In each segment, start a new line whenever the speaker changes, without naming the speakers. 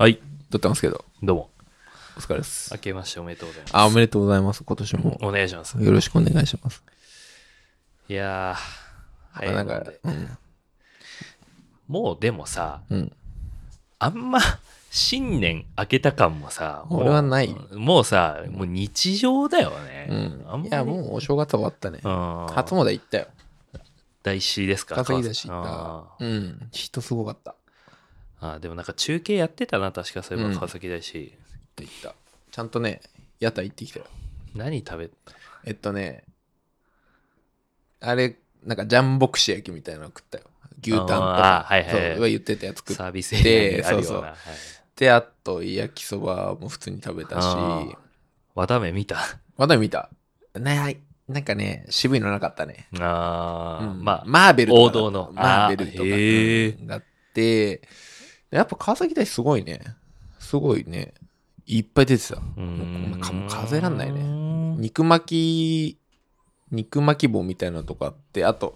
はい、
撮ったんですけど、
どうも。
お疲れです。
明けましておめでとうございます。
あ、おめでとうございます。今年も
お願いします。
よろしくお願いします。
いやー、
あ
早い
な
もん
ん
で
か、うん、
もうでもさ、
うん
あんま新年明けた感もさ、もう
俺はない
もうさ、もう日常だよね。あ
うんん。
ま
いや、
り
もうお正月終わったね
う。ん。
初詣行ったよ。
大師ですか
担ぎ出し行
あ
った。うん。人すごかった。っ
ーあーでもなんか中継やってたな、確かそういえ
う
ば
ん
川崎大師。
て言った。ちゃんとね、屋台行ってきたよ。
何食べ、
えっとね、あれ、なんかジャンボ串焼きみたいなの食ったよ。牛タンと
あー
か、
はいはいはい
そう言ってたやつ食
サ
っ
ービスエリアにあるよ
そ
うな。
うそう
はい
て、あと焼きそばも普通に食べたし、
あーわため見た。
まだ見た。ない、なんかね、渋いのなかったね。
あー、
うん
まあ、
マーベルとかだ
王道の
マーベルと
あ
か
ーへー
うんだって、やっぱ川崎大師すごいね。すごいね。いっぱい出てた。
うー
もう
ん
かもう数えらんないね
ね。
肉巻き、肉巻き棒みたいなのとかあって、あと、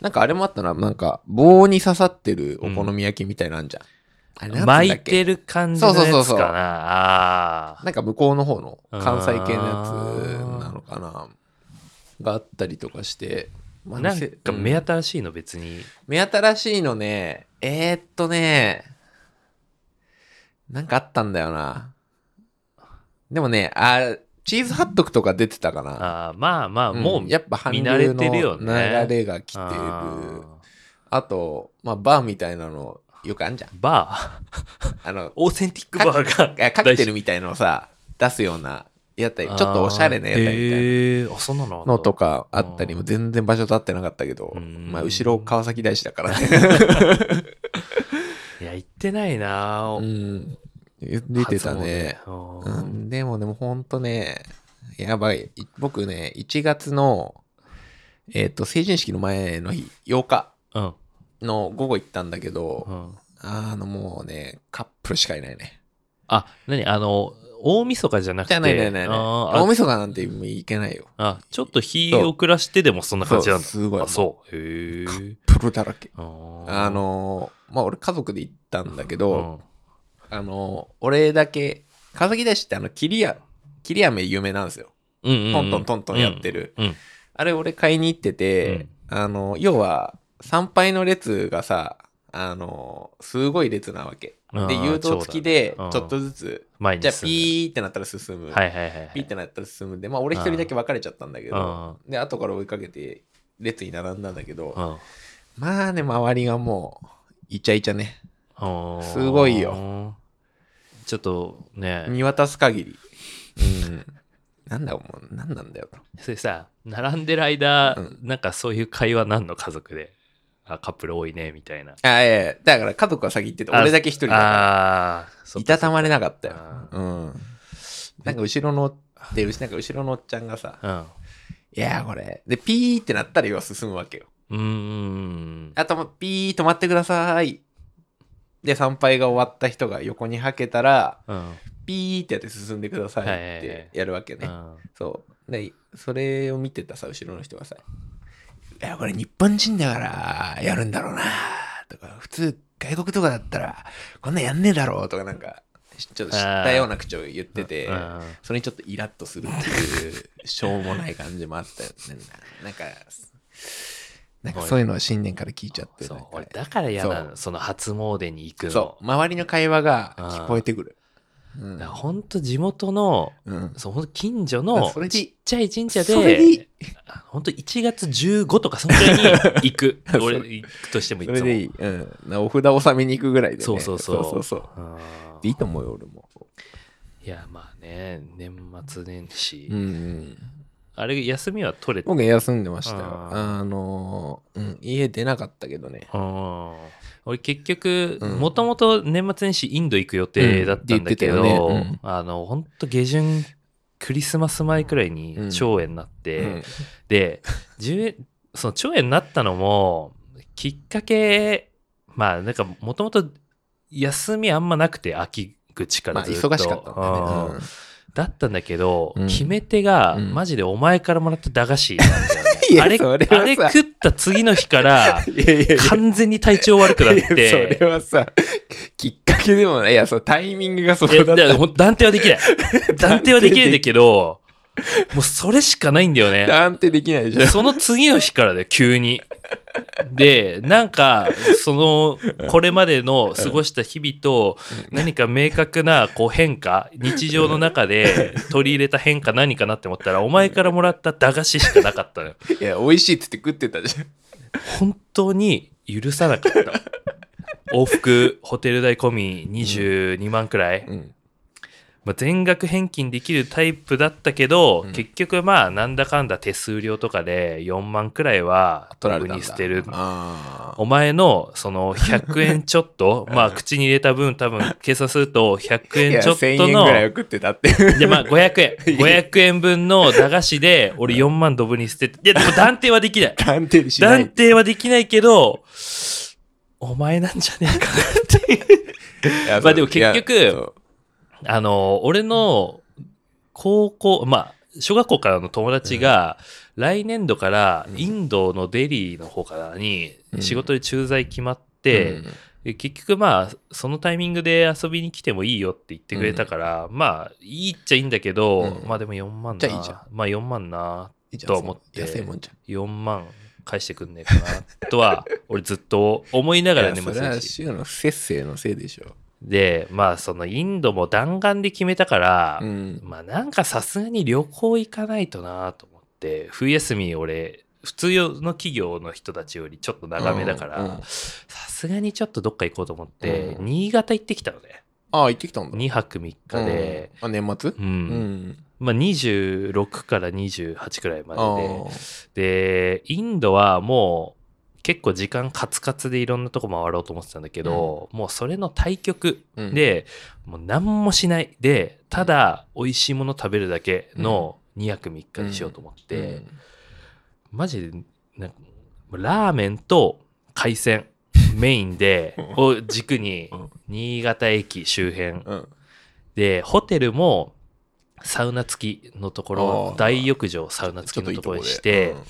なんかあれもあったな、なんか棒に刺さってるお好み焼きみたいなのあんじゃん。あれなんつうんだっけ
巻いてる感じのやつかな。
そうそうそうそう
ああ。
なんか向こうの方の関西系のやつなのかながあったりとかして、まあ
なんか目
うん
新しいの別に。
目新しいのね、えー、っとね、なんかあったんだよな。でもね、あチーズハットクとか出てたかな。
ああまあまあ、
うん
もう
やっぱ韓流の
見慣れてるよね
流れが来てる。あ
あ
と、まあ、バーみたいなのよくあんじゃん。
ーバー
あの、
オーセンティックバー
いや
が。
カクテル
み
みたいのをさ、出すような屋台、ちょっとおしゃれな屋台みたいな。
えー、あ、そんなのあんだ
のと。かあったりも全然場所と合ってなかったけど、
うん
まあ後ろ川崎大師だからね。
いや、行ってないな
う
ー
ん。出てたね。。
初
う
詣うん
ん、でもでもほんとね、やばい。い僕ね、1月の、えっ、と、成人式の前の日、8日
うん。
の午後行ったんだけど、
うん。
あのもうね、カップルしかいないね。
あ、何あの、大晦日じゃなくて。
じゃないないないない。
あ
大
ー
晦日なんてもう行けないよ。
ああ、ちょっと日遅らしてでもそんな感じなんだ。
そうすごい
あ、そう。へえ。
プロだらけ。
あー
あ、のー、まあ俺家族で行ったんだけ
う
ど、
ん
あの、俺だけ、川崎大師ってあの、切りや、切り飴有名なんですよ。
うんうん
トントントントンやってる。
うん
あれ俺買いに行ってて、あの、要は、参拝の列がさ、あの、すごい列なわけ。
あ
で、
ー
誘導付きで
そうだねうん、
ちょっとずつ、
前に
じゃあ
進んで
ピーってなったら進む。
はいはいはいはい。
ピーってなったら進むで、まあ俺一人だけ別れちゃったんだけど、で、後から追いかけて、列に並んだんだけど、まあね、周りがもう、イチャイチャね。
うん。
すごい
よ。ちょっとね、
見渡す限り。うん。なんだ、もう、なんなんだよと。
それさ、並んでる間
う、
なんかそういう会話なんの家族で。あ、カップル多いね、みたいな。
あ、いやいやだから家族は先行ってて、
あ
俺だけ一人だか
ああ、
ら。
そっ
い
か
たたまれなかったよ
あ。
うん。なんか後ろの、で、うちなんか後ろのおっちゃんがさ、
うん。
いやーこれ。で、ピーってなったら要は進むわけよ。
うーん。
あともう、ピー止まってください。で、参拝が終わった人が横にはけたら、
うん。
ピーってやって進んでくださいっ
はいはいはい
てやるわけね。そう。で、それを見てたさ、後ろの人がさ、いや、これ日本人だからやるんだろうな、とか、普通外国とかだったら、こんなんやんねえだろう、とかなんか、ちょっと知ったような口調言ってて
うんうん、
それにちょっとイラッとするっていう、しょうもない感じもあったよね。なんか、なんかそういうのを新年から聞いちゃって。
そ
な、
うん
か
俺だから嫌な
そ
の、その初詣に行く
う。
の。
そう。周りの会話が聞こえてくる。う
だ
ん
からほんと地元の、
うん。
そうほんと近所
だから
の
それでいい
ちっちゃい神社
それでいい
で、本当1月15とかそのくらいに行く
。それ
俺行くとしてもいつ
そ
も。
れでいい。うん。なお札納めに行くぐらいで、ね。
そうそうそ
そ
う。
うそうそう
うん
いいと思うよ、俺も。
いや、まあね、年末年始。
ん。
あれ、休みは取れて。
僕休んでましたよ。
あ
あのー、うん、家出なかったけどね。
うん俺結局、
うん
もともと年末年始インド行く予定だったんだけど、
うんって言ってたよね
あの、ほんと下旬、クリスマス前くらいに腸炎になって、で、10その腸炎になったのも、きっかけ、まあなんかもともと休みあんまなくて、秋口
う
か
ん、ま
ら
あ、
ずっ
忙
と。
しかったんだね。
うんだったんだけど、
うん
決め手が、
うん
マジでお前からもらった駄菓子なんだよね。
いや
あれ、
それはさ
あれ食った次の日から、
いやいやいや
完全に体調悪くな っ
いやそ
て、
れはさ、きっかけでもない。いや、そう、タイミングがそこ
い
だ
や
った。
だか らほん断定はできない。断定はできないんだけど、もうそれしかないんだよね。
断定でき ないでし
その次の日からだよ、急に。で、なんか、その、これまでの過ごした日々と、何か明確なこう変化、日常の中で取り入れた変化何かなって思ったら、お前からもらった駄菓子しかなかったのよ。
ょ。いや、美味しいっつって食ってたじゃん。
本当に許さなかった。往復、ホテル代込み22万くらい。
うん。
まあ、全額返金できるタイプだったけど、
うん
結局まあなんだかんだ手数料とかで4万くらいは
取られたんだ。
に捨てる
ああ。
お前の その100円ちょっとまあ口に入れた分多分計算する と100
い
円
や、
ちょっ
1000円
と
ぐ
の
らいは食ってたって。
いやまあ500円500円分の駄菓子で俺4万ドブに捨ててい やでも断定はできない
断定しな
断
い。
定はできないけどお前なんじゃねえかなってい う
いや
まあでも結局、
いやそう
あの、俺の高校、まあ、小学校からの友達が、来年度からインドのデリーの方からに
うん
仕事で駐在決まって、
うん
で結局まあ、そのタイミングで遊びに来てもいいよって言ってくれたから、まあ、いいっちゃいいんだけど、
うん
まあでも4万な。
じゃあいいじゃん
まあ4万な。
いいじゃん
とは思って
安いもんじゃん。
4万返してくんねえかな。とは、俺ずっと思いながら
い
眠
や
って
それ
た
は
し。
週の節制のせいでしょ。
で、まあ、そのインドも弾丸で決めたから、
うん。
まあなんかさすがに旅行行かないとなと思って冬休み俺普通の企業の人たちよりちょっと長めだか
うんうん
らさすがにちょっとどっか行こうと思って
うん
新潟行ってきたのね
ああ、行ってきたんだ。
2泊3日で、
うんあ、年末
うん
うん。
まあ、26から28くらいま
ああ。
ででインドはもう結構時間カツカツでいろんなとこ回ろうと思ってたんだけど、もうそれの対局
うん、
で、もう何もしないでただ美味しいもの食べるだけの2泊3日にしようと思って、
うん
マジでなんかラーメンと海鮮メイ ンでを軸に
うん
新潟駅周辺
うん。
でホテルもサウナ付きのところ
あー
大浴場サウナ付きのところにして
うん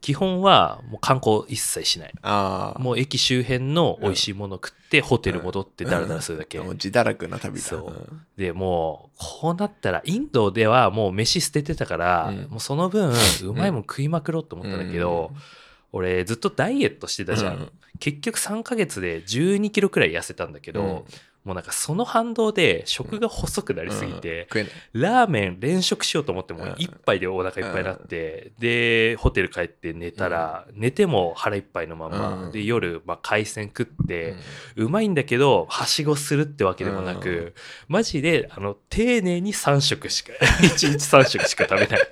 基本はもう観光一切しない
ああ。
もう駅周辺の美味しいもの食ってホテル戻ってダラダラするだ け、
もう自堕落な旅だ。
そうでもうこうなったらインドではもう飯捨ててたから、
うん
もうその分うまいもん食いまくろうと思ったんだけど、俺ずっとダイエットしてたじゃん、
うん
結局3ヶ月で1 2キロくらい痩せたんだけど、
うん
もうなんかその反動で食が細くなりすぎ
うん
て、
食えない
ラーメン連食しようと思っても
うん
1杯でお腹いっぱいになって、でホテル帰って寝たら、寝ても腹いっぱいのまま、
うん
で夜、まあ、海鮮食って、
うん
うまいんだけどはしごするってわけでもな
う
く、マジであの丁寧に3食しか 1日3食しか食べなくて
だか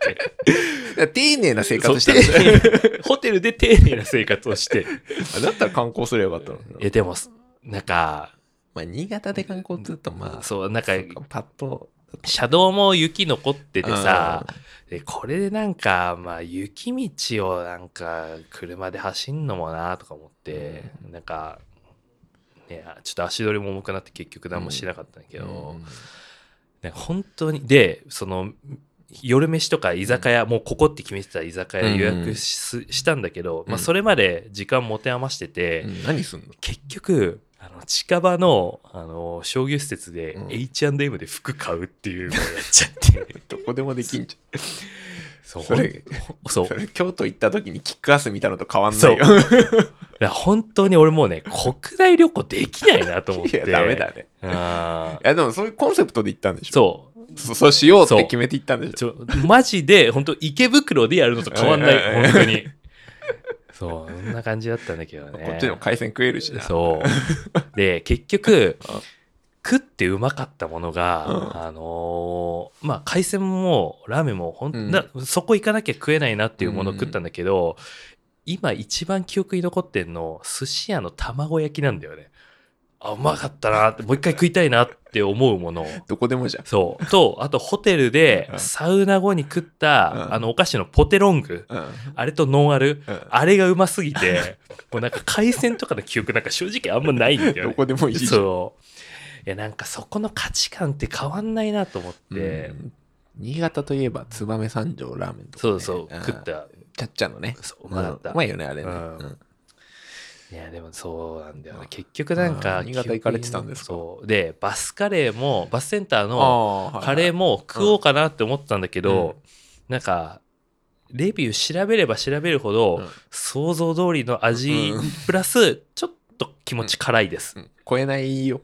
ら丁寧な 生活したん
そう
ですよ
丁寧ホ テルで丁寧な生活をして
あだったら観光すればよかったのに
えでもなんか
まあ、新潟で観光って言うと、まあ、
そうなんか
そっかパッと。
車道も雪残っててさ、でこれでなんか、まあ、雪道をなんか車で走んのもなとか思って、なんか、ね、あちょっと足取りも重くなって結局何もしなかったんだけ
うん、
ど、
うん
ね本当にでその夜飯とか居酒屋、もうここって決めてた居酒屋予約し,、したんだけど、
うん
まあ、それまで時間持て余してて、
うん何すんの
結局あの近場のあの商業施設で
うん
H&M で服買うっていうのをやっちゃって、
どこでもできんじ
そ
ゃ。
うん
それ、
そう
それ京都行った時にキックアス見たのと変わんな
そう
いよ。
いや本当に俺もうね国内旅行できないなと思っ
い
て
や、ダメだね。
あー
いや、でもそういうコンセプトで行ったんでしょ
そう
そうそうしようっ
そう
て決めて行ったんでしょ
ちょマジで本当池袋でやるのと変わんな
はいはい
い
はい
本当にそうそんな感じだったんだけどね
こっちでも海鮮食えるしな。
そ うで結局
あ
食ってうまかったものが、
うん
あのーまあ海鮮もラーメンもほん、
うん
なそこ行かなきゃ食えないなっていうものを食ったんだけど、今一番記憶に残ってんの寿司屋の卵焼きなんだよねあうまかったなってもう一回食いたいなって思うもの
どこでもじゃん。
そう。と、あとホテルで
うん
サウナ後に食った、
うん
あのお菓子のポテロング。
うん。
あれとノンアル。
うん
あれがうますぎて、 もうなんか海鮮とかの記憶なんか正直あんまないんだよ
ど
ね。
こでもいいじゃん。
そう。いやなんかそこの価値観って変わんないなと思って、
うん新潟といえば燕三条ラーメンとか、
そ
ね、
うそう、
ん
食った。
ちゃっちゃのね
そううまかった
んうまいよねあれね、
うん
うん
いや、でもそうなんだよな。結局なんか、
あー新潟行かれてたんですか
そう。で、バスカレーも、バスセンターの
ああ
カレーも食おうかなって思ったんだけ
うんうん
ど、なんか、レビュー調べれば調べるほど、
うん
想像通りの味、
う
プラス、ちょっと気持ち辛いです。
うん超えないよ。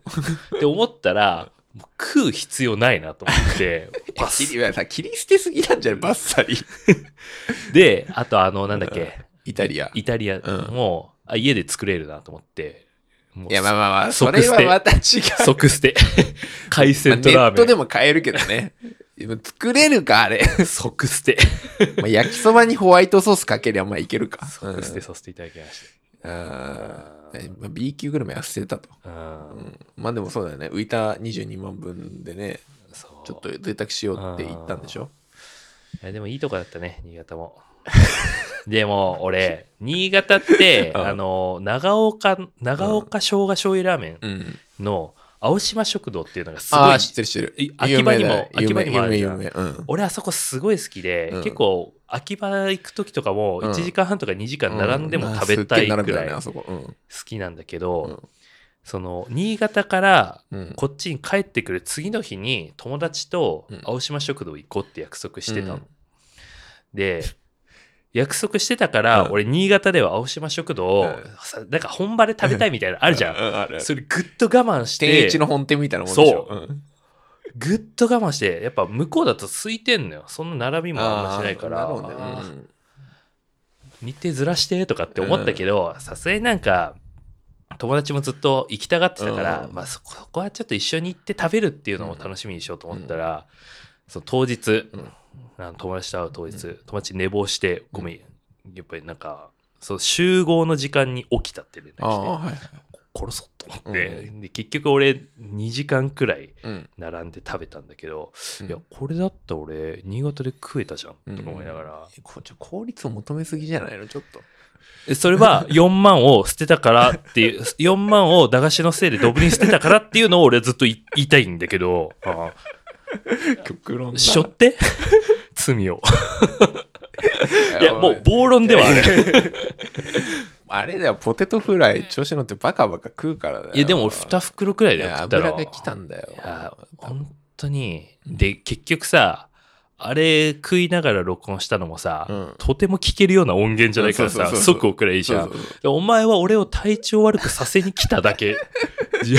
って思ったら、もう食う必要ないなと思って、バス
いやさ、切り捨てすぎなんじゃないバッサリ。
で、あとあの、なんだっけ、
イタリア。い
イタリア
うん
も、あ家で作れるなと思って、もう
や、まあまあまあ、そ
即
れ
捨て
はまた違う。
即 捨て。海
まあ
鮮と
ネ
ラ
ッ
ーメ
ト
ン。
でも買えるけどね。でも作れるか、あ れ。
即捨て。
まあ焼きそばにホワイトソースかけりゃまあいけるか。
即捨てさせていただきまし
うんあ
う
ーまあ B 級グルメは捨てたと。
た。
う
う。
んんまあでもそうだよね。浮いた22万分でね、
そう。
ちょっと贅沢しようって言ったんでしょ。
いやでもいいとこだったね、新潟も。 でも、俺、新潟って、
うん
あの、長岡、長岡生姜醤油ラーメ
うん。
ンの青島食堂っていうのがすご
ああ、
い
知ってる知って
い
る。
秋葉にも
有
秋葉
名だよ
にもあるじゃん
有名有名有名うん。
俺あそこすごい好きで、
うん
結構秋葉行く時とかも
うん
1時間半とか2時間並んでも
う
食べたい
すっげ
く
え並ぶよね
らい
あそこ。うん
好きなんだけど、
うん
その新潟から
うん。
こっちに帰ってくる次の日に友達と
うん
青島食堂行こうって約束してたの。
うん
で約束してたから、
うん
俺新潟では青島食堂を、
うん
さなんか本場で食べたいみたいなのあるじゃ。
うんんある
それぐっと我慢し
天
て
一の本店みたいなもんでしょ。
そ
う
う
ん。
ぐっと我慢してやっぱ向こうだと空いてんのよそんな並びもあんましないか
あ
ら
ーなるほどね
日程ずらしてとかって思ったけどさすがになんか友達もずっと行きたがってたから、
うん
まあ、そこそこはちょっと一緒に行って食べるっていうのも楽しみにしようと思ったら、その当日、
うん
あの友達と会う当日、友達寝坊してごめんやっぱりなんかそう集合の時間に起きたって連
ああ
絡して
はいはい。
殺そうと思って、で結局俺2時間くらい
うん。
並んで食べたんだけど、
うん
いやこれだったら俺新潟で食えたじゃん、とか思いながら
えこちょ効率を求めすぎじゃないのちょっと。
えそれは4万を捨てたからっていう、4万 を駄菓子のせいでドブに捨てたからっていうのを俺はずっと言い言いたいんだけど、あ
極論
あしょって 罪を。
い
いや、もう暴論ではある。
あれだよ、ポテトフライ調子乗ってバカバカ食うからだよ。
いや、でも俺2袋くらい
い
だよ、
や
食ったら。
油が来たんだよ
い。や、本当に。で、結局さ、あれ食いながら録音したのもさ、
うん
とても聞けるような音源じゃないから
そう
さ、
そうそうそう
即送りゃいいじゃん。
そうそうそう
でお前は俺を体調悪くさせに来た だけ。じゅ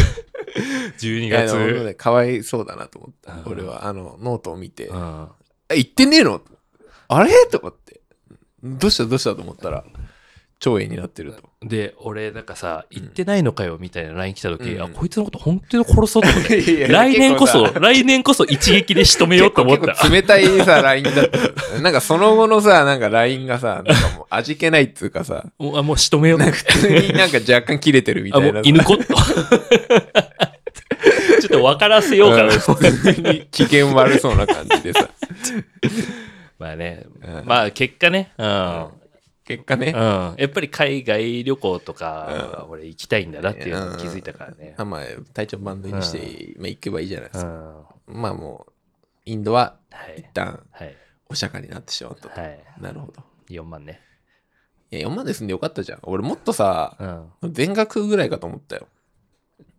12
いやで
月。
も本当ねかわいそうだなと思っ
うん
た。俺は、あの、ノートを見て
う、ん
え、行ってねえのあれと思って。どうしたどうしたと思ったら、腸炎になってる と。
で俺なんかさ「行ってないのかよ」みたいな LINE 来た時、
うん
あこいつのこと本当に殺そうと思って
いや
来年こそ
結構さ
来年こそ一撃で仕留めようと思っ
結
た
構冷たいさ、 ラインだった。なんかその後のさ、なんかラインがさ、なんかもう味気ないっつうかさ、
もうあもう仕留めよう
なんか普通になんか若干切れてるみ
あ
た
も
いな
う。犬子 ちょっと分からせようかな、
うん普通に機嫌悪そうな感じ でさ。
まあね、
うん
まあ結果ねうん、
結果
うん
ね、
やっぱり海外旅行とか、俺行きたいんだなっていうの
う
に
ん
気づいたからね、
あまあ、体調万全にして、まあ行けばいいじゃないで
うん
すか。まあもう、インドは
は
一
い
旦
はい
お釈迦になってしまったと。
はい
なるほど。
4万ね
いや、4万で済んでよかったじゃん。俺もっとさ、
うん
全額ぐらいかと思ったよ。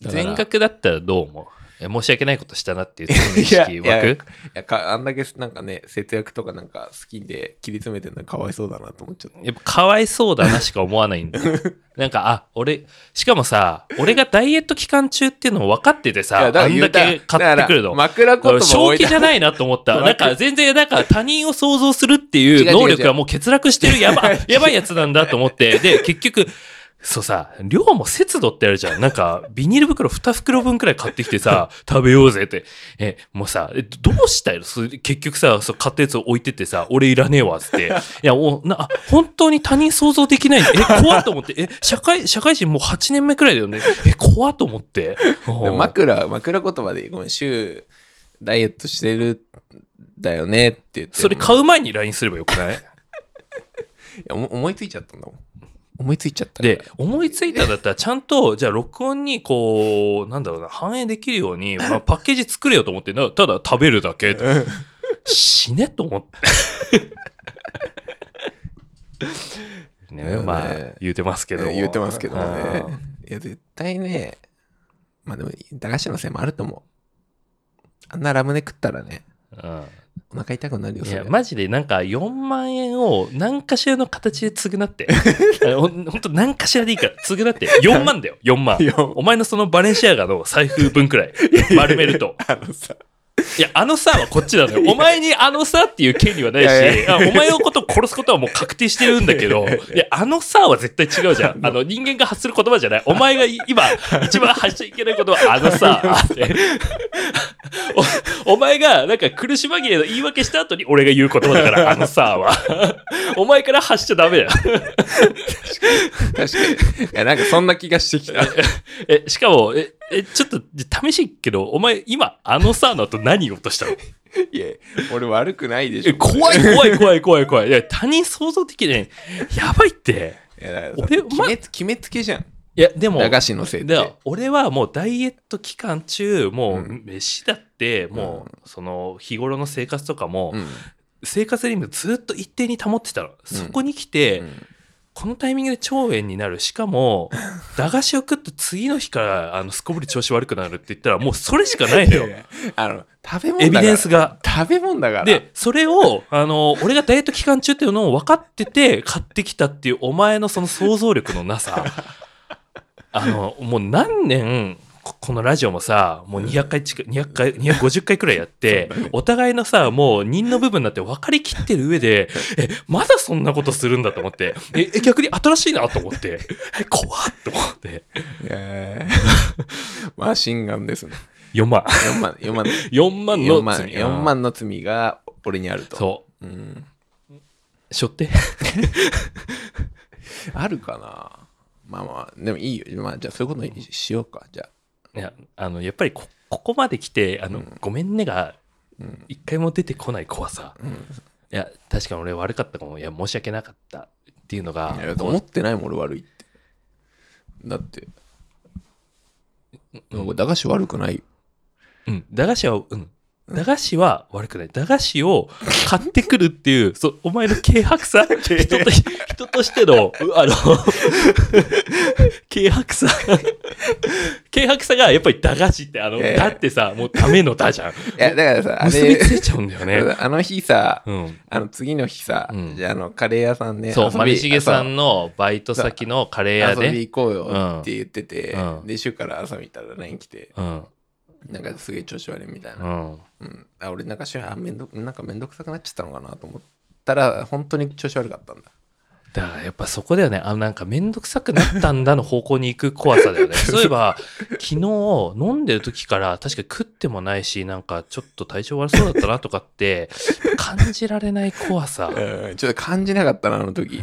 だから
全額だったらどう思ういや申し訳ないことしたなっていう意識
いやい
湧
や
く
いやかあんだけなんかね節約とかなんか好きで切り詰めてるのかわいそうだなと思っちゃった
やっぱかわいそうだなしか思わないんだ よなんかあ俺しかもさ俺がダイエット期間中っていうのも分かっててさ
い
あ
や
ん
から
だ
言うた
け買ってくるの
だから
だ
枕言
から
葉
正
置い
気
て
じゃないなと思った。
枕
なんか全然、なんか他人を想像するっていう能力がもう欠落してるや ばい、やばいやつなんだと思って。で、結局、そうさ、量も節度ってあるじゃん。なんか、ビニール袋2袋分くらい買ってきて さ、食べようぜって。え、もうさ、えどうしたいのそれで結局さ、そう買ったやつを置いてってさ、俺いらねえわっつって。いや、おな、あ本当に他人想像できない。え、怖っと思って。え、社会、社会人もう8年目くらいだよね。え、怖っと思って。
でも枕枕言葉でごめん週ダイエットしてるんだよねって言って
それ買う前に LINE すればよくな
い
い
や思思いついちゃったんだもん思いついちゃった
で、思いついたんだったら、ちゃんと、 じゃあ、録音 に、こう、なんだろうな、反映できるように、まあ、パッケージ作れよと思ってな、ただ食べるだけ。死ねと思 って。
だ
ね、
よね
まあ、言うてますけども。
言ってますけどもね
うん。
いや、絶対ね、まあでも、駄菓子のせいもあると思う。あんなラムネ食ったらね、
うん
お腹痛くなるよ、
い
それ
や、マジでなんか4万円を何かしらの形で償って。 あのほんほんと何かしらでいいから、償って。4万だよ、4 万。
よ
お前のそのバレンシアガの財布分くらい丸めると。
あのさ、
いや、あのさはこっちなのよ。お前にあのさっていう権利はないし、
いやいや
あお前のことを殺すことはもう確定してるんだけど、いや、あのさは絶対違うじゃん。あの、人間が発する言葉じゃない。お前がい今、一番発しちゃいけないことはあの さ。っておお前が、なんか苦し紛れの言い訳した後に俺が言う言葉だから、あのさは。お前から発しちゃダメだよ。
確かに。いや、なんかそんな気がしてきた。
え、しかも、え、え、ちょっと、試しに聞くけど、お前今、あのさの後何言おうとしたの
いや、俺悪くないでし
え
ょ。
怖い怖い怖い怖い怖い。いや、他人想像できない。やばいって。
いやだから
俺
決
ま
めつ決めつけじゃん。
いや、でも、
駄菓子のせいって。
だから俺はもうダイエット期間中、もう
うん
飯だって、もう、その、日頃の生活とかも
う、ん
生活リズムずっと一定に保ってたの。そこに来て、
うん
このタイミングで腸炎になる。しか も、駄菓子を食って次の日から、あの、すこぶり調子悪くなるって言ったら、もうそれしかないのよ。
あの、食べ物だから。
エビデンスが。
食べ物だから。
で、それを、あの、俺がダイエット期間中っていうのを分かってて買ってきたっていうお前のその想像力のなさ。 あの、もう何年、ここのラジオもさ、もう200回近く、200回、250回くらい やって、お互いのさ、もう人の部分になって分かりきってる上で、え、まだそんなことするんだと思って、え、え逆に新しいなと思って、え、怖っと思って、
えーマシンガンですね。
4万、
4万、4万、
4万
4
の
万
罪。
4万の罪が俺にあると。。
そう
ん。
う、しょって。
あるかなまあまあ、でもいいよ。まあ、じゃあそういうことにしようか。じゃ
いやあのやっぱりこここまで来てあの、ごめんねが一回も出てこない怖さ、いや確かに俺悪かったかもいや申し訳なかったっていうのが
あ。いや思ってないもん、俺悪いって。だって。なんか駄菓子悪く ない。
うん、駄菓子は、うん、駄菓子は悪くない駄菓子を買ってくるっていうそうお前の軽 薄さ人と人としてのうあの軽薄さ軽薄さがやっぱり駄菓子ってあの
いやいや
だってさもうためのだじゃん
いや、だからさ、あ
結びつ
れ、
いちゃうんだよね
あの日さ、
うん
あの次の日さ、
うん
じゃああのカレー屋さんね、
そう、
遊び
まみしげさんのバイト先のカレー屋
遊
で、
び行こうよって言ってて、
うんうん
で、週から朝見たら LINE 来て、
うん、
なんかすげえ調子悪いみたいな
う。ん、
うん、あ俺なんかしあめんどなんかめんどくさくなっちゃったのかなと思ったら本当に調子悪かったんだ
だからやっぱそこだよね、あのなんかめんどくさくなったんだの方向に行く怖さだ よね。そういえば、昨日飲んでる時から確か食ってもないし、なんかちょっと体調悪そうだったなとかって感じられない 怖さ。 うん、い
うんちょっと感じなかったなあの時い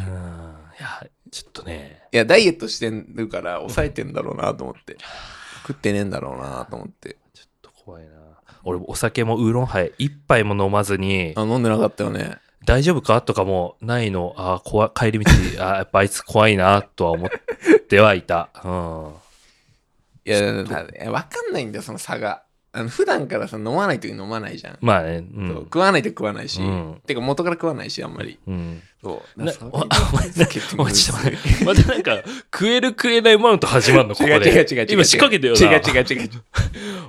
や、ちょっとね、
やダイエットしてるから抑えてんだろうなと思って食ってねえんだろうなと思って
ちょっと怖いな。俺お酒もウーロンハイ一杯も飲まずに
あ飲んでなかったよね
大丈夫かとかもないのあー怖い帰り道あーやっぱあいつ怖いなとは思ってはいた、うん、
いやだからいやわかんないんだよその差があの普段からさ飲まない時飲まないじゃん、
まあね、う。
そうん食わないと食わないし、
うん
てか元から食わないしあんまり
うん、
そう
な
だから
おお
それ
前
で
な
つけて
お
も
前ちょっと待ってまたなんか食える食えないマウント始まるのここ
違う
で
違う違う違う
今仕掛けてよな
違う違う違う違う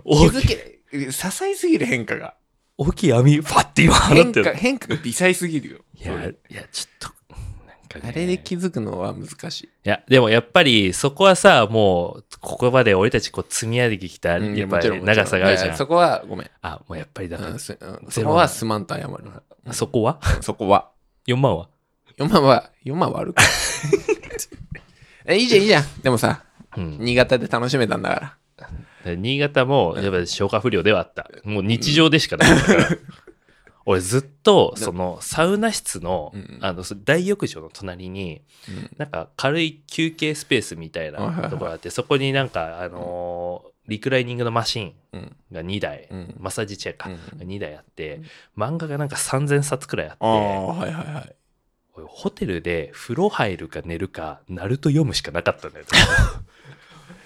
大
気
き
づけ支えすぎる変化が
大きい網ファッて今放っ
変
て
化
る
変化が微細すぎるよ
いやいやちょっとなんか、
あ
ね、
れで気づくのは難しい
いや、でもやっぱりそこはさ、もう、ここまで俺たちこう積み上げてきた、
うん
やっぱ
もちろ
り
んもちろ
長さがあるじ
いや
ゃ
いや
ん。
そこはごめん、
あ、もうやっぱりだから、
うんすうん
ゼ
そ
ロ
こはすまんと謝る、
そこは
うんそこは
?4 万は
4万は4万はあるか えいいじゃんいいじゃんでもさ
うん。
新潟で楽しめたんだから
で新潟もやっぱり消化不良ではあった。もう日常でしかなかったから。俺ずっとそのサウナ室の
うん
あのそ大浴場の隣に
うん
なんか軽い休憩スペースみたいなところあってそこになんかあのーリクライニングのマシン
うん
が2台
うん
マッサージチェアか
うん
2台あって漫画がなんか3000冊くらいあって
ああはいはいはい
俺ホテルで風呂入るか寝るかナルト読むしかなかったんだよ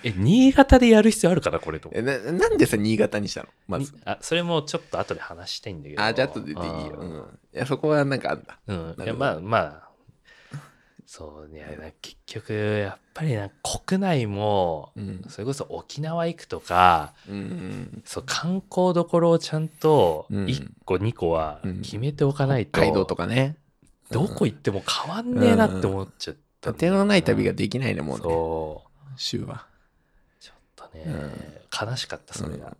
え、新潟でやる必要あるかな、これと。
えななんでさ新潟にしたのまず
にあそれもちょっと後で話したいんだけど。
あじゃあ後ででいいよ、うん、いやそこはなんかあんだ
うん
ないる
や
ほど
まあまあそうねな結局やっぱりな国内も
うん
それこそ沖縄行くとか
うん
そう観光どころをちゃんと
うん
1個2個は
うん
決めておかないと、
北海道とかね
どこ行っても変わんねえなって思っちゃったんだ
縦
よ
のない旅ができないねもうね
そう
週は
ちょっとね、悲しかったそれが、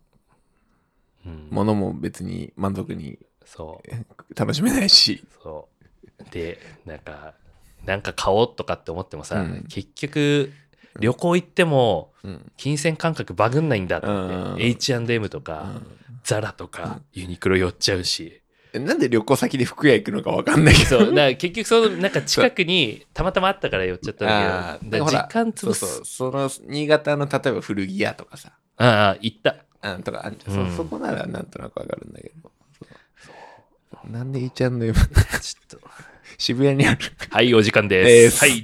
うん
物も別に満足に
そう
楽しめないし
そう。で、なんか、なんか買おうとかって思ってもさ、
うん
結局、旅行行っても、
うん
金銭感覚バグんないんだって、
うん
H&M とか、ザラとか、ユニクロ寄っちゃうし。
えなんで旅行先で服屋行くのかわかんないけ
そう、
ど
だから結局、その、なんか近くに、たまたまあったから寄っちゃった
あ
んだ
ー
けど、だ
ほ
からら時間
そう
潰す。
そうその新潟の例えば古着屋とかさ
ああ、行った。
あとかあんじゃ
うんん
そそこならなんとなくわかるんだけどそうなんで H&M
ちょっと。
渋谷にある
はい、お時間
で
ですす。はい。